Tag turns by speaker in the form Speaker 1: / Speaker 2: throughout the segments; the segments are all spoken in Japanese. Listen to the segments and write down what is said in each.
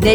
Speaker 1: ネ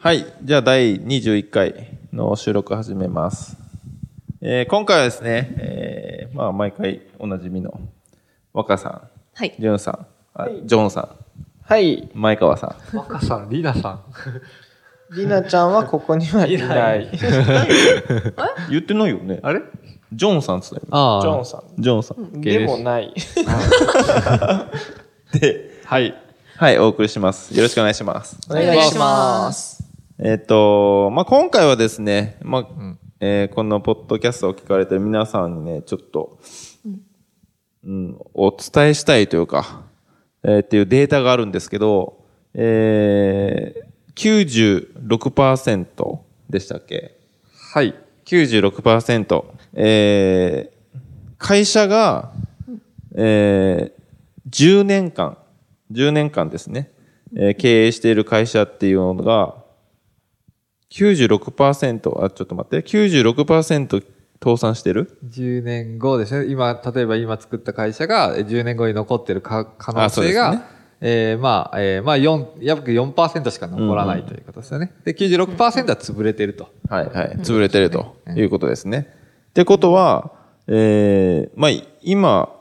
Speaker 2: はい。じゃあ、第21回の収録始めます。えー今回はですね、えーまあ、毎回おなじみの若さ
Speaker 1: はい
Speaker 2: ん、ジュンさん、あジョンさ
Speaker 3: はい。
Speaker 2: ん、前川さん。
Speaker 4: 若さん、リナさん。
Speaker 3: りなちゃんはここにはいない。ジ
Speaker 2: 言ってないよね。
Speaker 4: あれ
Speaker 2: ジョンさんっつったよね。
Speaker 4: あ
Speaker 3: ョンさ
Speaker 2: ジョンさん。
Speaker 3: ん。でもない。
Speaker 2: で、
Speaker 4: はい。
Speaker 2: はい、お送りします。よろしくお願いします。
Speaker 3: お
Speaker 1: 願
Speaker 3: 願
Speaker 1: い
Speaker 3: い
Speaker 1: し
Speaker 3: し
Speaker 1: ま
Speaker 3: ます。
Speaker 2: えっ、と、まあ、今回はですね、まあ、
Speaker 4: ん
Speaker 2: えーこのポッドキャストを聞かれてる皆さんにね、ちょっと、うん、お伝えしたいというか、えーっていうデータがあるんですけど、えー、96%でしたっけ
Speaker 4: はい。
Speaker 2: 96%、えー、会社が、えー、10年間、10年間ですね、えー経営している会社っていうのが、96%、あ、ちょっと待って、96%倒産してる
Speaker 4: 10年後ですね。今、例えば今作った会社がえ10年後に残ってるか可能
Speaker 2: あそうで
Speaker 4: 性
Speaker 2: す
Speaker 4: が、
Speaker 2: ね
Speaker 4: えーまあ、えーまあ、4、約4%しか残らないということですよね。で、96%は潰れてると。
Speaker 2: はいはい。潰れてるということですね。ってことは、えー、まあ、今、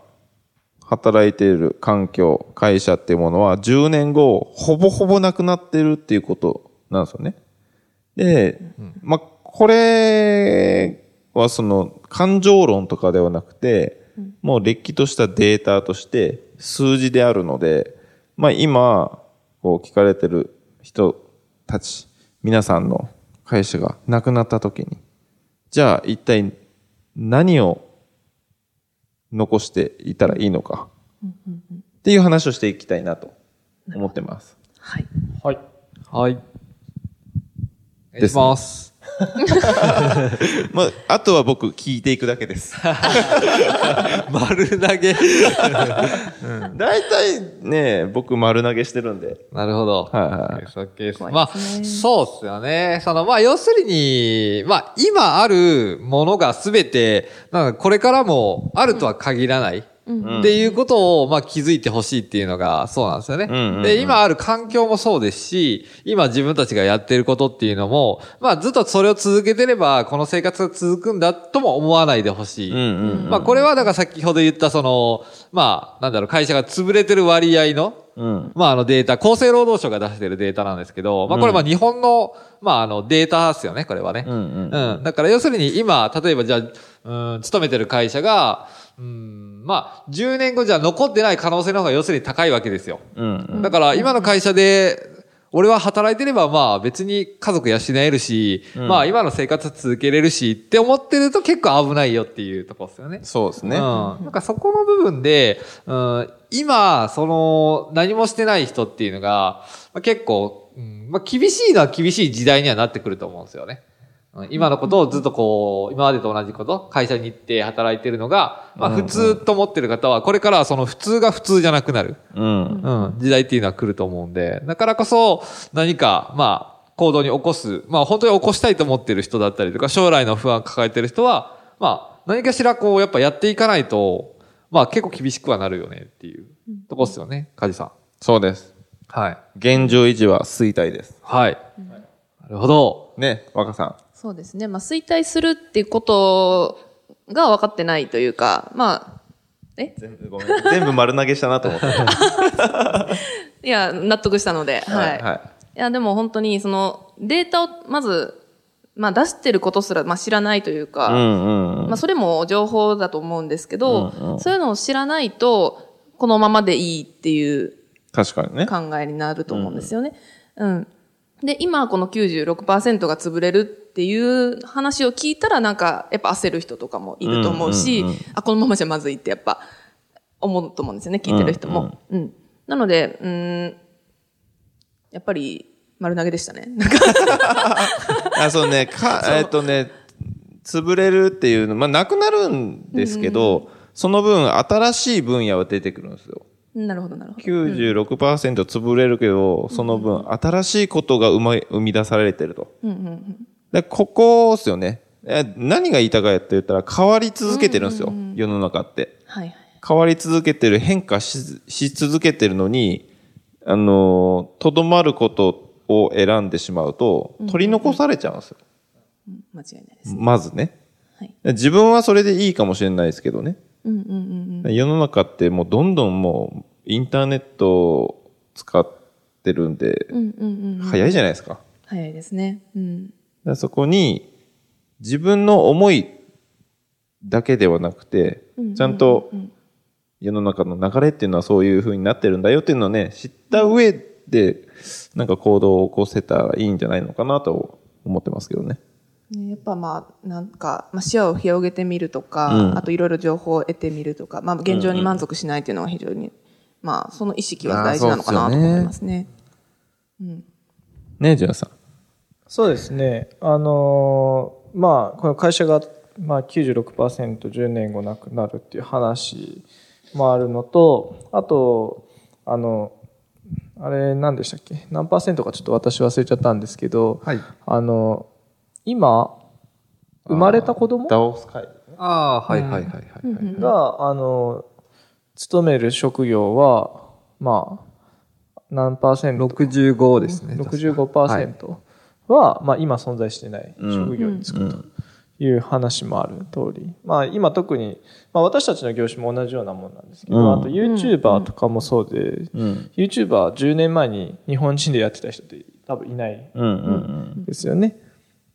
Speaker 2: 働いている環境、会社っていうものは10年後、ほぼほぼなくなってるっていうことなんですよね。で、まあ、これはその感情論とかではなくて、もうれっきとしたデータとして数字であるので、まあ、今、こう聞かれてる人たち、皆さんの会社がなくなった時に、じゃあ一体何を残していたらいいのか、っていう話をしていきたいなと思ってます。
Speaker 1: はい
Speaker 3: はい。
Speaker 4: はい。お願
Speaker 2: で
Speaker 4: い
Speaker 2: す
Speaker 4: し
Speaker 2: ね
Speaker 4: ます。
Speaker 2: まあ、あとは僕聞いていくだけです。
Speaker 4: 丸投げ。
Speaker 2: 大体ね、僕丸投げしてるんで。
Speaker 4: なるほど。
Speaker 2: はいはいはい
Speaker 4: い。そうです
Speaker 1: 怖い
Speaker 4: まあ、
Speaker 1: ですね
Speaker 4: そうっすよね。その、まあ、要するに、まあ、今あるものがすべて、なんかこれからもあるとは限らない。
Speaker 2: ん
Speaker 4: っていうことを、まあ、気づいてほしいっていうのが、そうなんですよね、
Speaker 2: んうんうん
Speaker 4: で、今ある環境もそうですし、今自分たちがやってることっていうのも、まあ、ずっとそれを続けてれば、この生活が続くんだとも思わないでほしい。
Speaker 2: うんうんうん
Speaker 4: まあ、これは、だから先ほど言った、その、まあ、なんだろう、会社が潰れてる割合の、
Speaker 2: うん。
Speaker 4: まあ、あのデータ、厚生労働省が出してるデータなんですけど、まあ、これは日本の、まあ、あのデータですよね、これはね。
Speaker 2: うんうん
Speaker 4: うん。だから要するに今、例えばじゃあ、うん、勤めてる会社が、うん、まあ、10年後じゃ残ってない可能性の方が要するに高いわけですよ。
Speaker 2: うん。
Speaker 4: だから今の会社で、俺は働いてればまあ別に家族養えるし、まあ今の生活続けれるしって思ってると結構危ないよっていうところですよね。
Speaker 2: そうですね。
Speaker 4: うん。なんかそこの部分で、うん、今、その、何もしてない人っていうのが、まあ、結構、うんまあ、厳しいのは厳しい時代にはなってくると思うんですよね。うん今のことをずっとこう、今までと同じこと、会社に行って働いてるのが、まあ普通と思ってる方は、これからはその普通が普通じゃなくなる。
Speaker 2: うん。
Speaker 4: うん、時代っていうのは来ると思うんで、だからこそ何か、まあ、行動に起こす、まあ本当に起こしたいと思ってる人だったりとか、将来の不安を抱えてる人は、まあ何かしらこう、やっぱやっていかないと、まあ結構厳しくはなるよねっていうとこっすよね、カジさん。
Speaker 2: そうです。
Speaker 4: はい。
Speaker 2: 現状維持は衰退です。
Speaker 4: はい。なるほど。
Speaker 2: ね、若さん。
Speaker 5: そうですね。まあ、衰退するっていうことが分かってないというか、まあ、え
Speaker 2: 全部ごめん。全部丸投げしたなと思 った。はい
Speaker 5: や、納得したので、はい。い、
Speaker 2: は
Speaker 5: や、でも本当に、その、データを、まず、まあ、出してることすら、まあ、知らないという
Speaker 2: い。う
Speaker 5: か、
Speaker 2: んうんうん
Speaker 5: まあ、それも情報だと思うんですけど、
Speaker 2: うんうん
Speaker 5: そういうのを知らないと、このままでいいっていう
Speaker 2: 確かにね。
Speaker 5: 考えになると思うんですよね。うん、で、今この96%が潰れるっていう話を聞いたらなんかやっぱ焦る人とかもいると思うし、
Speaker 2: うんうんうん
Speaker 5: あ、このままじゃまずいってやっぱ思うと思うんですよね、聞いてる人も。うん、なので、うん、やっぱり丸投げでしたね。 なんか、
Speaker 2: あ、そうね、か、えっとね、潰れるっていうの、まあ、なくなるんですけど、その分、新しい分野は出てくるんですよ。
Speaker 5: なるほど、なるほど。
Speaker 2: 96%潰れるけど、その分、新しいことが生ま生み出されてると。
Speaker 5: うんうんうん。
Speaker 2: で、ここですよね。え何が言いたいかって言ったら、変わり続けてるんですよ。世の中って。
Speaker 5: はいはい。
Speaker 2: 変わり続けてる、変化しし続けてるのに、あのー、とどまることを選んでしまうと、取り残されちゃうんですよ。
Speaker 5: うん間違いないです。
Speaker 2: まずね。
Speaker 5: はい。
Speaker 2: 自分はそれでいいかもしれないですけどね。
Speaker 5: うんうんうん
Speaker 2: 世の中ってもうどんどんもう、インターネットを使ってるんで、
Speaker 5: うん。うんうんうん。
Speaker 2: 早いじゃないですか。
Speaker 5: 早いですね。うん。
Speaker 2: だからそこに自分の思いだけではなくて、
Speaker 5: うん
Speaker 2: ちゃんと世の中の流れっていうのはそういう風になってるんだよっていうのをね、知った上で、なんか行動を起こせたらいいんじゃないのかなと思ってますけどね。
Speaker 5: ねやっぱまあ、なんか、まあ、視野を広げてみるとか、
Speaker 2: うん
Speaker 5: あといろいろ情報を得てみるとか、まあ、現状に満足しないっていうのは非常に、まあ、その意識は大事なのかなと思いますね。
Speaker 2: ね、ジュンさん。
Speaker 3: そうですね。あのーまあ、この会社が、まあ、96%10 年後なくなるっていう話もあるのと、あと、あの、あれ何でしたっけ何パーセントかちょっと私忘れちゃったんですけど、
Speaker 2: はい
Speaker 3: あの、今、生まれた子供
Speaker 2: ダオス会。
Speaker 4: ああー、はいはいはいはい。
Speaker 3: が、あの、勤める職業は、まあ、何パーセント
Speaker 4: 65ですね。
Speaker 3: 65%は、まあ、今存在してない職業に就
Speaker 2: う
Speaker 3: くと
Speaker 2: ん
Speaker 3: いう話もある通り、まあ、今特に、まあ、私たちの業種も同じようなもんなんですけど、
Speaker 2: うん
Speaker 3: あと YouTuber とかもそうで、
Speaker 2: うん。
Speaker 3: YouTuber10 年前に日本人でやってた人って多分いない
Speaker 2: うんうん
Speaker 3: ですよね。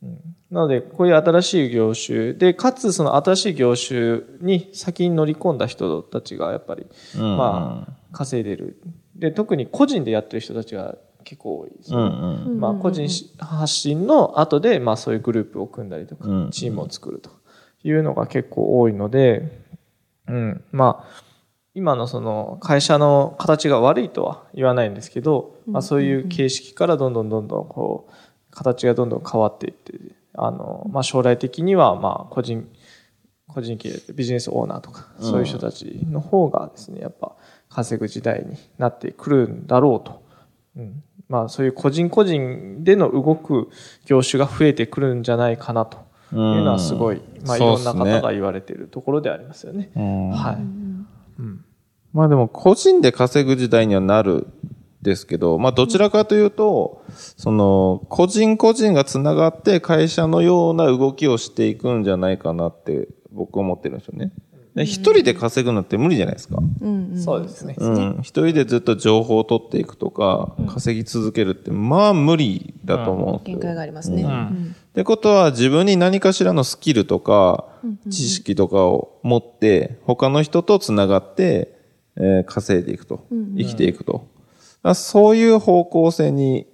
Speaker 3: うん、なので、こういう新しい業種で、かつその新しい業種に先に乗り込んだ人たちがやっぱり、
Speaker 2: うん。
Speaker 3: まあ、稼いでる。で、特に個人でやってる人たちが結構多いです
Speaker 2: う
Speaker 3: ね。
Speaker 2: ん
Speaker 5: うん
Speaker 3: まあ、個人し発信の後で、まあ、そういうグループを組んだりとか
Speaker 2: うん、
Speaker 3: チームを作るというのが結構多いので、うん、まあ、今のその会社の形が悪いとは言わないんですけど、まあ、そういう形式からどんどんどんどんこう、形がどんどん変わっていって、あの、まあ、将来的には、まあ、個人、個人経営ってビジネスオーナーとか、そういう人たちの方がですね、やっぱ稼ぐ時代になってくるんだろうと。うん。まあそういう個人個人での動く業種が増えてくるんじゃないかなと
Speaker 2: うん。
Speaker 3: いうのはすごい、まあいろん
Speaker 2: そ
Speaker 3: な
Speaker 2: うっす
Speaker 3: 方
Speaker 2: ね
Speaker 3: が言われてるところでありますよね。
Speaker 2: うん
Speaker 3: はい。
Speaker 2: まあでも個人で稼ぐ時代にはなるですけど、まあどちらかというと、その個人個人がつながって会社のような動きをしていくんじゃないかなって僕思ってるんですよね。で一人で稼ぐのって無理じゃないですか。
Speaker 5: うんうん。
Speaker 3: そうですね。
Speaker 2: うん。一人でずっと情報を取っていくとか、稼ぎ続けるって、まあ無理だと思うんですよ。
Speaker 5: 限界がありますね。うん
Speaker 2: ってことは自分に何かしらのスキルとか知識とかを持って他の人とつながって、えー稼いでいくと生きていくとあそういう方向性に、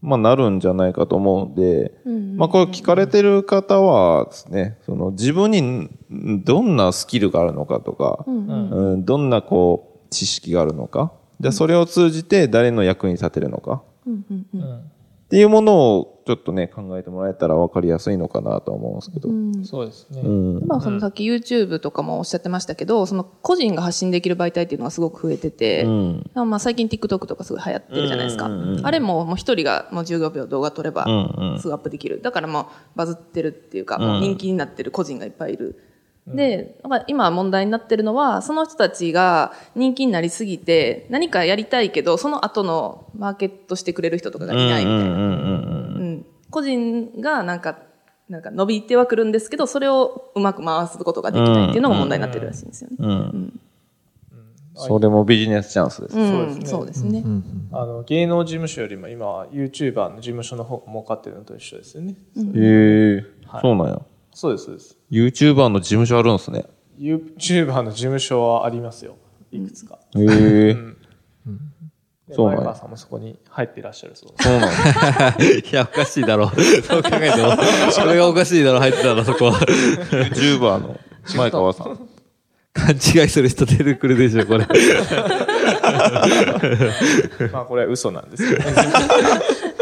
Speaker 2: まあ、なるんじゃないかと思うんで、まあ、これ聞かれてる方はですねその自分にんどんなスキルがあるのかとか、うんどんなこう知識があるのかでそれを通じて誰の役に立てるのか。っていうものをちょっとね、考えてもらえたら分かりやすいのかなとは思うんですけど。うん。
Speaker 3: そうですね。
Speaker 5: まあ、そのさっき YouTube とかもおっしゃってましたけど、その個人が発信できる媒体っていうのがすごく増えてて、
Speaker 2: うん。
Speaker 5: まあ最近 TikTok とかすごい流行ってるじゃないですか。
Speaker 2: うんうんうんうん
Speaker 5: あれももう一人がもう15秒動画撮れば
Speaker 2: うんうん
Speaker 5: すぐアップできる。だからもうバズってるっていうか、もう人気になってる個人がいっぱいいる。で、だから今問題になってるのは、その人たちが人気になりすぎて、何かやりたいけど、その後のマーケットしてくれる人とかがいないみたいな。
Speaker 2: うんうん
Speaker 5: うん、個人がなんか、なんか伸びてはくるんですけど、それをうまく回すことができないっていうのが問題になってるらしいんですよね。
Speaker 2: うんうん。うん。それもビジネスチャンスです。
Speaker 5: うん、そうですね。
Speaker 3: あの芸能事務所よりも今は YouTuber の事務所の方が儲かってるのと一緒ですよね。
Speaker 2: へえ、そうなんや。
Speaker 3: そうです、そうです。
Speaker 2: YouTuber の事務所あるんですね。
Speaker 3: YouTuber の事務所はありますよ。いくつか。
Speaker 2: へえ、
Speaker 3: で
Speaker 2: そうなん
Speaker 3: 前
Speaker 2: や
Speaker 3: 川さんもそこに入っていらっしゃるそうです。
Speaker 2: そうなんや。
Speaker 4: いや、おかしいだろう。そう考えても。それがおかしいだろ、入ってたらそこは。
Speaker 2: YouTuber の前川さん。
Speaker 4: 勘違いする人出てくるでしょ、これ。
Speaker 3: まあこれは嘘なんですけど、ね、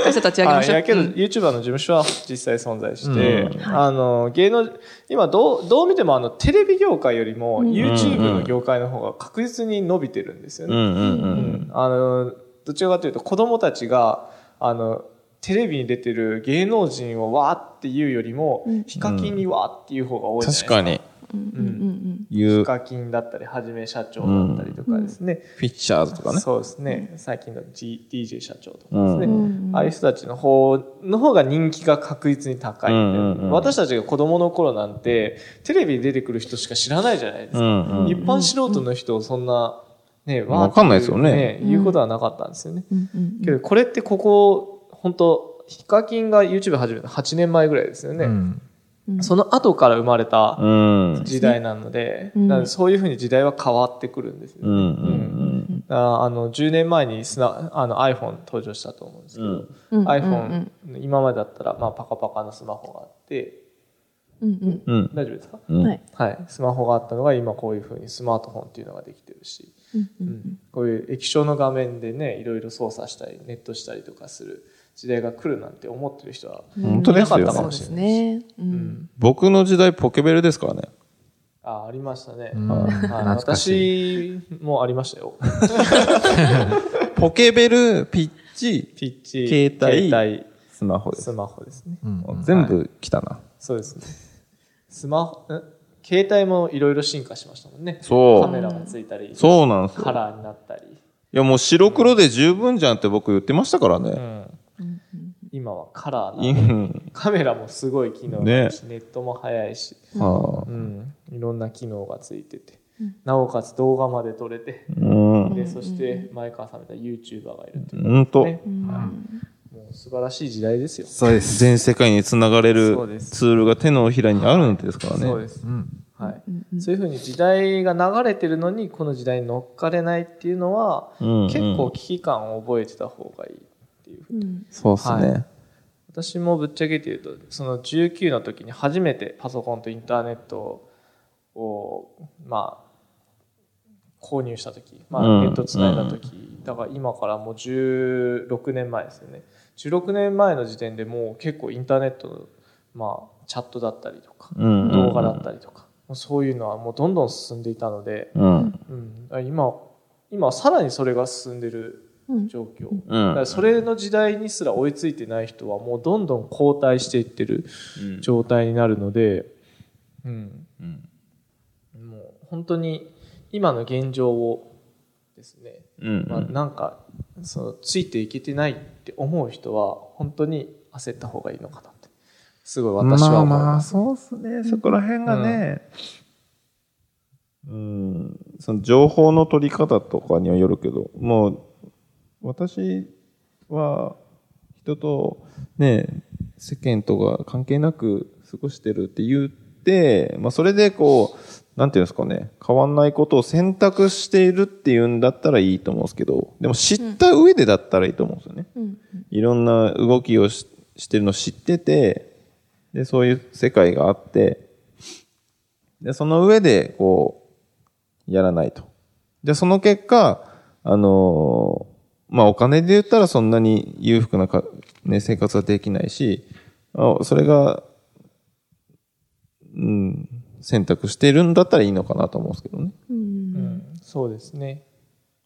Speaker 5: 会社立ち上げ
Speaker 3: あ
Speaker 5: ま
Speaker 3: い
Speaker 5: しょう。
Speaker 3: やけど、
Speaker 5: うん
Speaker 3: YouTuber の事務所は実際存在して、
Speaker 2: うん
Speaker 3: あの、芸能、今どう、どう見てもあの、テレビ業界よりも、YouTube の業界の方が確実に伸びてるんですよ
Speaker 2: う
Speaker 3: ね。
Speaker 2: んうんう。
Speaker 3: うんんあの、どちらかというと子供たちが、あの、テレビに出てる芸能人をわーって言うよりも、ヒカキンにわーっていう方が多いじゃないです
Speaker 2: 確
Speaker 3: か。
Speaker 2: かに、
Speaker 5: うんうんうん
Speaker 2: 言う、
Speaker 3: ヒ
Speaker 2: フィ
Speaker 3: カキンだったり、はじめ社長だったりとかですね。
Speaker 2: ッシャーズとかね。
Speaker 3: そうですね。最近だと G- DJ 社長とかですね。
Speaker 2: うん
Speaker 5: うん
Speaker 3: ああいう人たちの方の方が人気が確実に高いみたいな、
Speaker 2: うんうんうん
Speaker 3: 私たちが子供の頃なんて、テレビに出てくる人しか知らないじゃないです
Speaker 2: う
Speaker 3: か。
Speaker 2: んうん
Speaker 3: 一般素人の人をそんな、ね、わーって
Speaker 2: わかんないですよね
Speaker 3: 言うことはなかったんですよね。
Speaker 5: うんうん
Speaker 3: けど、これってここ、本当ヒカキンが YouTube 始めた8年前ぐらいですよね。
Speaker 4: うん
Speaker 5: うん
Speaker 3: その後から生まれた
Speaker 2: うん。うん
Speaker 3: 時代なので、
Speaker 5: うん
Speaker 3: なのでそういうふうに時代は変わってくるんですよね。
Speaker 2: うんうん
Speaker 3: ああの10年前にスナあの iPhone 登場したと思うんですけ
Speaker 2: う
Speaker 3: ど、
Speaker 2: ん。
Speaker 5: うんうんうん
Speaker 3: iPhone、今までだったら、まあ、パカパカのスマホがあって、
Speaker 5: うん
Speaker 2: うん。
Speaker 3: 大丈夫ですか
Speaker 2: う
Speaker 5: うん
Speaker 2: ん。
Speaker 5: はい。
Speaker 3: はい。スマホがあったのが今こういうふうにスマートフォンっていうのができてるし、
Speaker 5: うんう
Speaker 3: うんんこういう液晶の画面でね、いろいろ操作したり、ネットしたりとかする時代が来るなんて思ってる人は、
Speaker 2: 本当ですよね
Speaker 3: いなかったか
Speaker 5: そう
Speaker 3: も
Speaker 5: で
Speaker 3: しれ
Speaker 5: す
Speaker 3: ない。
Speaker 5: ね。う
Speaker 3: うんん。
Speaker 2: 僕の時代ポケベルですからね。
Speaker 3: あ、ありましたね。
Speaker 4: うん
Speaker 3: はい、
Speaker 4: 懐かしい。
Speaker 3: 私もありましたよ。
Speaker 2: ポケベル、ピッチ、
Speaker 3: ピッチ、
Speaker 2: 携帯
Speaker 3: 携
Speaker 2: スマホ
Speaker 3: 帯
Speaker 2: で
Speaker 3: ス
Speaker 2: す。
Speaker 3: マホですね。
Speaker 4: うんうん
Speaker 2: 全部来たな。
Speaker 3: そうですね。スマホ、ん携帯もいろいろ進化しましたもんね。
Speaker 2: そう
Speaker 3: カメラがついたり、
Speaker 2: そうなんです
Speaker 3: カ
Speaker 2: よ。
Speaker 3: ラーになったり。
Speaker 2: いやもう白黒で十分じゃんって僕言ってましたから
Speaker 3: う
Speaker 2: ね。
Speaker 3: ん。今はカラ
Speaker 2: う
Speaker 3: ーな。
Speaker 2: ん。
Speaker 3: カメラもすごい機能があるし、ネットも早いし、
Speaker 2: はあ
Speaker 3: うん。いろんな機能がついてて。なおかつ動画まで撮れて、
Speaker 2: うん。
Speaker 3: で、そして前川さんみたいな YouTuber がいるっていう
Speaker 2: うんと。
Speaker 3: ね。はいもう素晴らしい時代ですよ。
Speaker 2: そうです。全世界につながれる
Speaker 3: そうです
Speaker 2: ツールが手のひらにあるんですからね。
Speaker 3: そうです
Speaker 4: う。ん。
Speaker 3: はい。そういうふうに時代が流れてるのに、この時代に乗っかれないっていうのは、
Speaker 2: うんうん
Speaker 3: 結構危機感を覚えてた方がいいっていうふうに。
Speaker 2: そうですね、
Speaker 3: は私もぶっちゃけて言うと、その19の時に初めてパソコンとインターネットを、まあ、購入した時、ま
Speaker 2: うん
Speaker 3: あ、ネットつないだ時、だから今からもう16年前ですよね。16年前の時点でもう結構インターネットの、まあ、チャットだったりとか、
Speaker 2: うんうんうん
Speaker 3: 動画だったりとか、もうそういうのはもうどんどん進んでいたので、
Speaker 2: うん。
Speaker 3: うん、今今さらにそれが進んでる状況、
Speaker 2: うん
Speaker 3: だからそれの時代にすら追いついてない人はもうどんどん後退していってる
Speaker 2: うん
Speaker 3: 状態になるので、うん
Speaker 2: うん
Speaker 3: もう本当に今の現状をですね、
Speaker 2: うん
Speaker 3: まあ、なんかそのついていけてないって思う人は本当に焦った方がいいのかなってすごい私は思います。
Speaker 2: そうですね。そこら辺がね、うん、その情報の取り方とかにはよるけど、もう、私は人とね、世間とか関係なく過ごしてるって言って、まあそれでこう、なんていうんですかね、変わんないことを選択しているっていうんだったらいいと思うんですけど、でも知った上でだったらいいと思うんですよね。いろんな動きをししてるの知ってて、で、そういう世界があって、で、その上で、こう、やらないと。で、その結果、あのーまあ、お金で言ったらそんなに裕福なか、ね、生活はできないし、あそれが、うん、選択してるんだったらいいのかなと思うんですけどね。
Speaker 5: うん
Speaker 3: うんそうですね。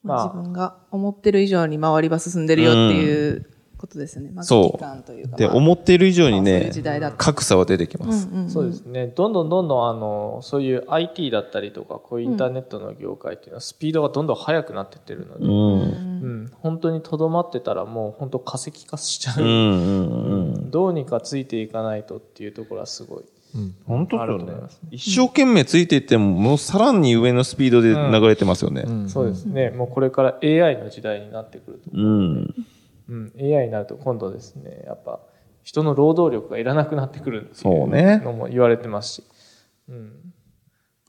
Speaker 5: ま
Speaker 3: ま
Speaker 5: あ
Speaker 3: あ
Speaker 5: 自分が思ってる以上に周りは進んでるよっていうことですよね。まあ、
Speaker 2: そう
Speaker 5: 危機感というか。
Speaker 2: で、
Speaker 5: まあ
Speaker 2: 思っている以上に
Speaker 5: まあそうい
Speaker 2: ね
Speaker 5: う時代だった、
Speaker 2: 格差は出てきます。
Speaker 5: うんうん
Speaker 3: そうですね。どんどんどんどんあの、そういう IT だったりとか、こういうインターネットの業界っていうのはスピードがどんどん速くなってってるので、うん、
Speaker 2: うん。
Speaker 3: 本当にとどまってたらもう本当化石化しちゃ
Speaker 2: うん、う
Speaker 3: う。
Speaker 2: ん、うん。
Speaker 3: どうにかついていかないとっていうところはすごい。
Speaker 2: 本当だ
Speaker 3: あ
Speaker 2: よ
Speaker 3: ると思い
Speaker 2: ね
Speaker 3: ますね。
Speaker 2: 一生懸命ついていっても、もうさらに上のスピードで流れてますよね。
Speaker 4: うん
Speaker 3: そうですね。もうこれから AI の時代になってくると。
Speaker 2: うん。
Speaker 3: うん、AI になると今度ですね、やっぱ人の労働力がいらなくなってくるってい
Speaker 2: そうね
Speaker 3: のも言われてますし、うん、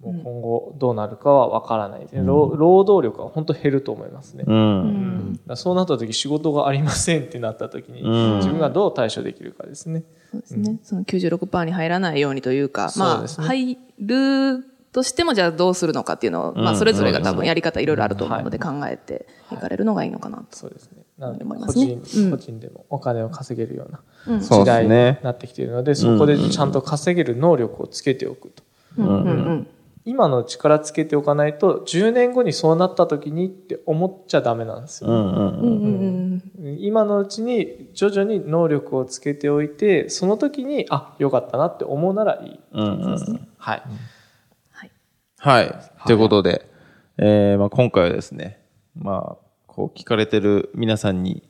Speaker 3: もう今後どうなるかは分からないですね、労労働力は本当減ると思いますね。
Speaker 2: う
Speaker 3: だか
Speaker 2: ん。
Speaker 3: らそうなった時仕事がありませんってなった時に、
Speaker 2: うん
Speaker 3: 自分がどう対処できるかですね。
Speaker 5: そうですね。その96%に入らないようにというか、
Speaker 3: そう
Speaker 5: ま
Speaker 3: です
Speaker 5: あ、
Speaker 3: ね
Speaker 5: 入るとしても、じゃあどうするのかっていうのを、まあ、それぞれが多分やり方いろいろあると思うので考えていかれるのがいいのかなと。
Speaker 3: そうですね。なんで
Speaker 5: 思いま
Speaker 3: 個
Speaker 5: すね
Speaker 3: 人
Speaker 5: うん
Speaker 3: 個人でもお金を稼げるような
Speaker 5: うん
Speaker 2: そうです
Speaker 3: 時代に
Speaker 2: ね
Speaker 3: なってきているのでそこでちゃんと稼げる能力をつけておくと
Speaker 5: うんうんうん
Speaker 3: 今の力つけておかないと10年後にそうなった時にって思っちゃダメなんです
Speaker 2: う
Speaker 3: よ、
Speaker 2: んう
Speaker 5: う
Speaker 2: ん。
Speaker 5: んうんうん
Speaker 3: 今のうちに徐々に能力をつけておいてその時にあ良かったなって思うならいい、
Speaker 2: うんうん。
Speaker 3: はい
Speaker 2: はい。ということで、えーまあ、今回はですね、まあ、こう聞かれてる皆さんに、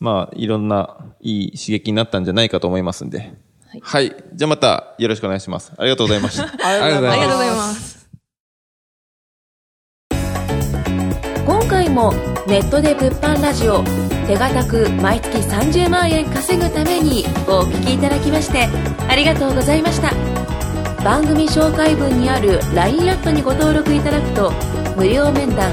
Speaker 2: まあ、いろんないい刺激になったんじゃないかと思いますんで。
Speaker 5: はい
Speaker 2: はい。じゃあまたよろしくお願いします。ありがとうございました。
Speaker 4: ありがとうご
Speaker 5: あ
Speaker 4: ざ
Speaker 5: り
Speaker 4: い
Speaker 5: がと
Speaker 4: ま
Speaker 5: うござい
Speaker 4: す。
Speaker 5: ます。
Speaker 1: 今回もネットで物販ラジオ手堅く毎月30万円稼ぐためにをお聞きいただきましてありがとうございました番組紹介文にある LINE アットにご登録いただくと無料面談